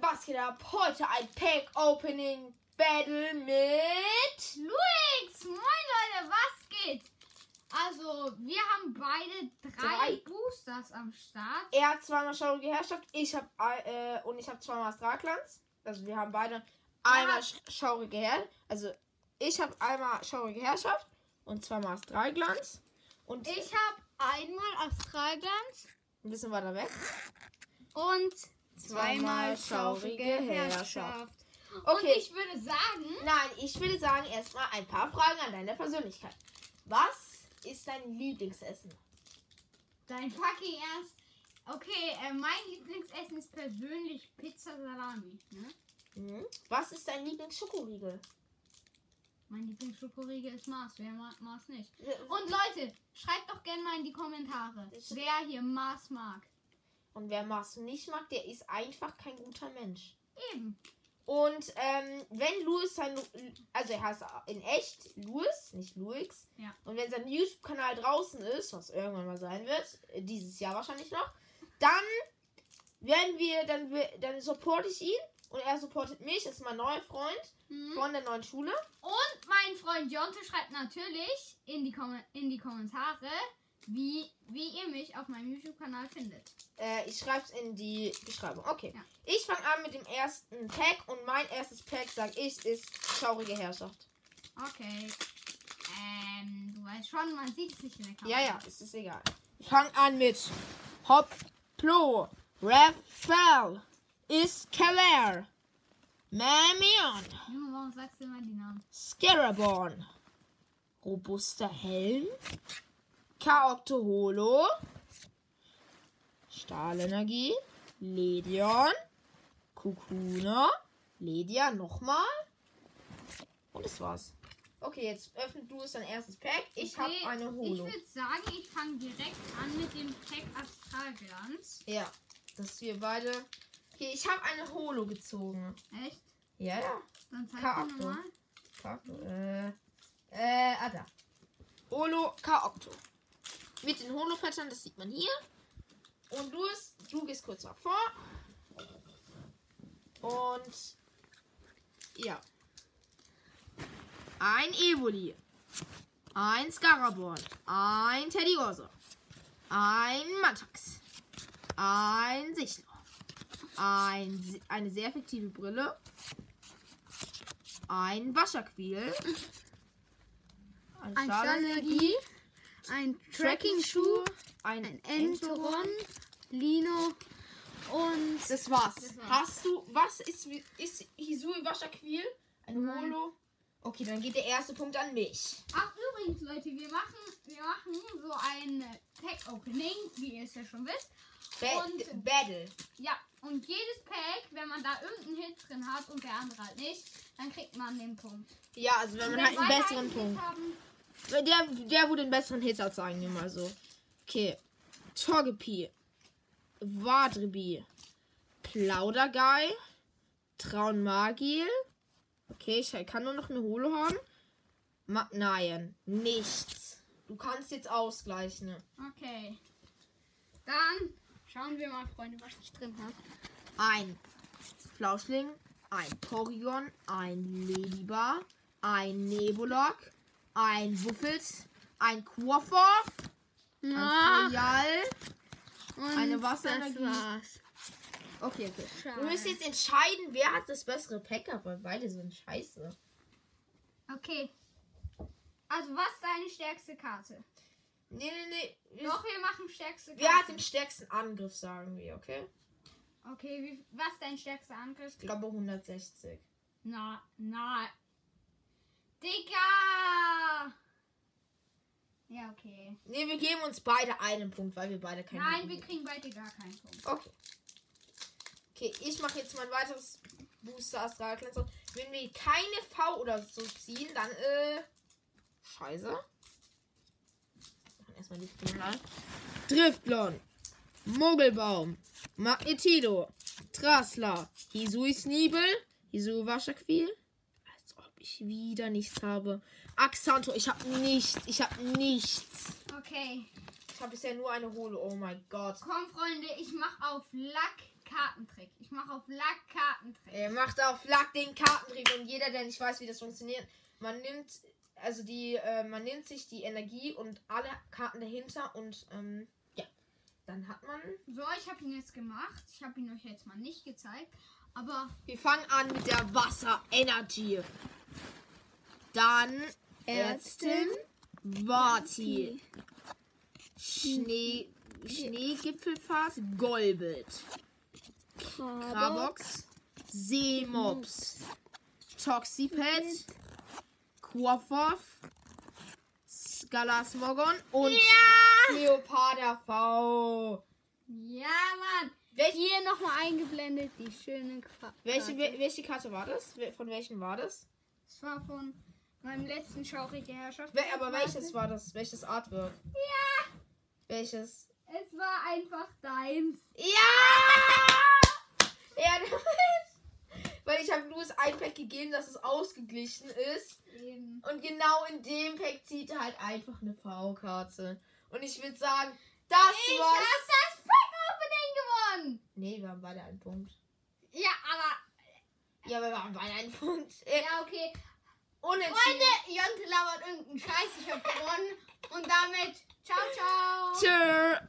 was geht ab? Heute ein Pack Opening Battle mit. Luix, moin Leute, was geht? Also, wir haben beide drei, Drei. Boosters am Start. Er hat zweimal Schaurige Herrschaft, ich hab, äh, und ich habe zweimal Straklands. Also wir haben beide einmal Sch- Schaurige Herrschaft. Also ich habe einmal Schaurige Herrschaft und zweimal Straklands. Und Ich habe einmal Astralglanz ein bisschen weiter weg. und Zweimal schaurige Herrschaft. Okay. Und ich würde sagen, Nein, ich würde sagen, erstmal ein paar Fragen an deine Persönlichkeit. Was ist dein Lieblingsessen? dein fucking Ernst. Okay, äh, mein Lieblingsessen ist persönlich Pizza Salami. Ne? Mhm. Was ist dein Lieblingsschokoriegel? Mein Lieblingsschokoriegel ist Mars, wer ma Mars nicht. Und Leute, schreibt doch gerne mal in die Kommentare, Ich- wer hier Mars mag. Und wer Mars nicht mag, der ist einfach kein guter Mensch. Eben. Und ähm, wenn Louis sein, also er heißt in echt Louis, nicht Louis. Ja. Und wenn sein YouTube-Kanal draußen ist, was irgendwann mal sein wird, äh, dieses Jahr wahrscheinlich noch, dann werden wir, dann, wi- dann supporte ich ihn und er supportet mich, ist mein neuer Freund Mhm. von der neuen Schule. Und mein Freund Jonte schreibt natürlich in die, Kom in die Kommentare, wie, wie ihr mich auf meinem YouTube-Kanal findet. Äh, ich schreibe es in die Beschreibung. Okay. Ja. Ich fange an mit dem ersten Pack und mein erstes Pack, sag ich, ist Schaurige Herrschaft. Okay. Ähm, du weißt schon, man sieht es nicht in der Kamera. Ja, ja, es ist egal. Ich fang an mit Hoplo, Raphael, Iskaler, Mamion, Junge, warum sagst du immer die Namen? Scaraborn, Robuster Helm, Kaoktoholo, Stahlenergie, Ledion, Kukuna, Ledia nochmal. Und das war's. Okay, jetzt öffnet du es dein erstes Pack. Ich habe Okay, eine Holo. Ich würde sagen, ich fange direkt an mit dem Check Astralglanz. Ja, dass wir beide. Okay, ich habe eine Holo gezogen. Echt? Ja, ja. Dann zeig Charakter. mir nochmal. Fuck. Äh, äh, ah, da. Holo Kaokto. Mit den Holo-Pattern, das sieht man hier. Und du, ist, du gehst kurz nach vor. Und. Ja. Ein Evoli. Ein Scaraborn. Ein Teddy Orso. Ein Mantax. Ein Sichler. Ein, Se- eine sehr effektive Brille. Ein Wascherquiel. Ein, Stahlenergie. ein Tracking-Schuh, Tracking-Schuh, Ein, ein Enteron. Enteron, Lino und Das war's. war's. Hast du, was ist, ist Hisui Wascherquiel? Ein Nein. Holo? Okay, dann geht der erste Punkt an mich. Ach, übrigens, Leute, wir machen, wir machen so ein Pack-Opening, wie ihr es ja schon wisst. Ba Und- Battle. Ja, und jedes Pack, wenn man da irgendeinen Hit drin hat und der andere halt nicht, dann kriegt man den Punkt. Ja, also wenn man Wenn halt einen beide besseren Hit Punkt. Haben, Der, der, wo den besseren Hit hat, sagen wir mal so. Okay. Torgepi. Wadribi. Plaudergeil. Traunmagil. Okay, ich kann nur noch eine Holo haben. Ma Nein, nichts. Du kannst jetzt ausgleichen. okay. Dann schauen wir mal, Freunde, was ich drin habe. Ein Flauschling, ein Porygon, ein Ladybar, ein Nebulok, ein Wuffels, ein Quafford, Ah. ein Royal. eine Wasserenergie. Okay, okay. Scheiße. Wir müssen jetzt entscheiden, wer hat das bessere Pack-Up, weil beide sind scheiße. Okay. Also, was ist deine stärkste Karte? Nee, nee, nee. Doch, wir machen stärkste Karte. Wer hat den stärksten Angriff, sagen wir, okay? okay, wie, was ist dein stärkster Angriff? Ich glaube 160. Na, na. Digga! Ja, okay. Nee, wir geben uns beide einen Punkt, weil wir beide keinen Nein, guten wir kriegen beide gar keinen Punkt. Okay. Okay, ich mache jetzt mein weiteres Booster Astral Cleanser. Wenn wir keine V oder so ziehen, dann äh. Scheiße. Wir machen Erstmal die Kriminal. Driftlon. Mogelbaum. Magnetido. Trasler. Hisui Sneebel. Hisui Wascherquiel. Als ob ich wieder nichts habe. Axanto, ich habe nichts. Ich habe nichts. Okay. Ich habe bisher nur eine Hole. Oh mein Gott. Komm, Freunde, ich mach auf Lack Kartentrick. Ich mache auf Lack Kartentrick. Er macht auf Lack den Kartentrick und jeder, der nicht weiß, wie das funktioniert, man nimmt also die, äh, man nimmt sich die Energie und alle Karten dahinter und ähm, ja, dann hat man. So, ich habe ihn jetzt gemacht. Ich habe ihn euch jetzt mal nicht gezeigt. Aber Wir fangen an mit der Wasser Energy. Dann Ärztin Warti. Schnee Schneegipfelfahrt Golbit. Krabox, Seemops, Toxiped, Quaffhoff, Skalasmogon und Leoparda V. ja, Mann. Welche, Hier nochmal eingeblendet die schöne Qua- welche, Karte. wel- welche Karte war das? Wel- Von welchen war das? Das war von meinem letzten schaurige Herrschaft. Wel aber welches war das? Welches Artwork? Ja! Welches? Es war einfach deins. Ja! Ja, Weil ich habe Louis ein Pack gegeben, dass es ausgeglichen ist. Eben. Und genau in dem Pack zieht er halt einfach eine V-Karte. Und ich würde sagen, das Ich hab war's. das Pack Opening gewonnen. Nee, wir haben beide einen Punkt. Ja, aber. Ja, wir haben beide einen Punkt. Äh, Ja, okay. unentschieden. Freunde, Jonte labert irgendeinen Scheiß. Ich hab gewonnen. Und damit, ciao, ciao. Tschö.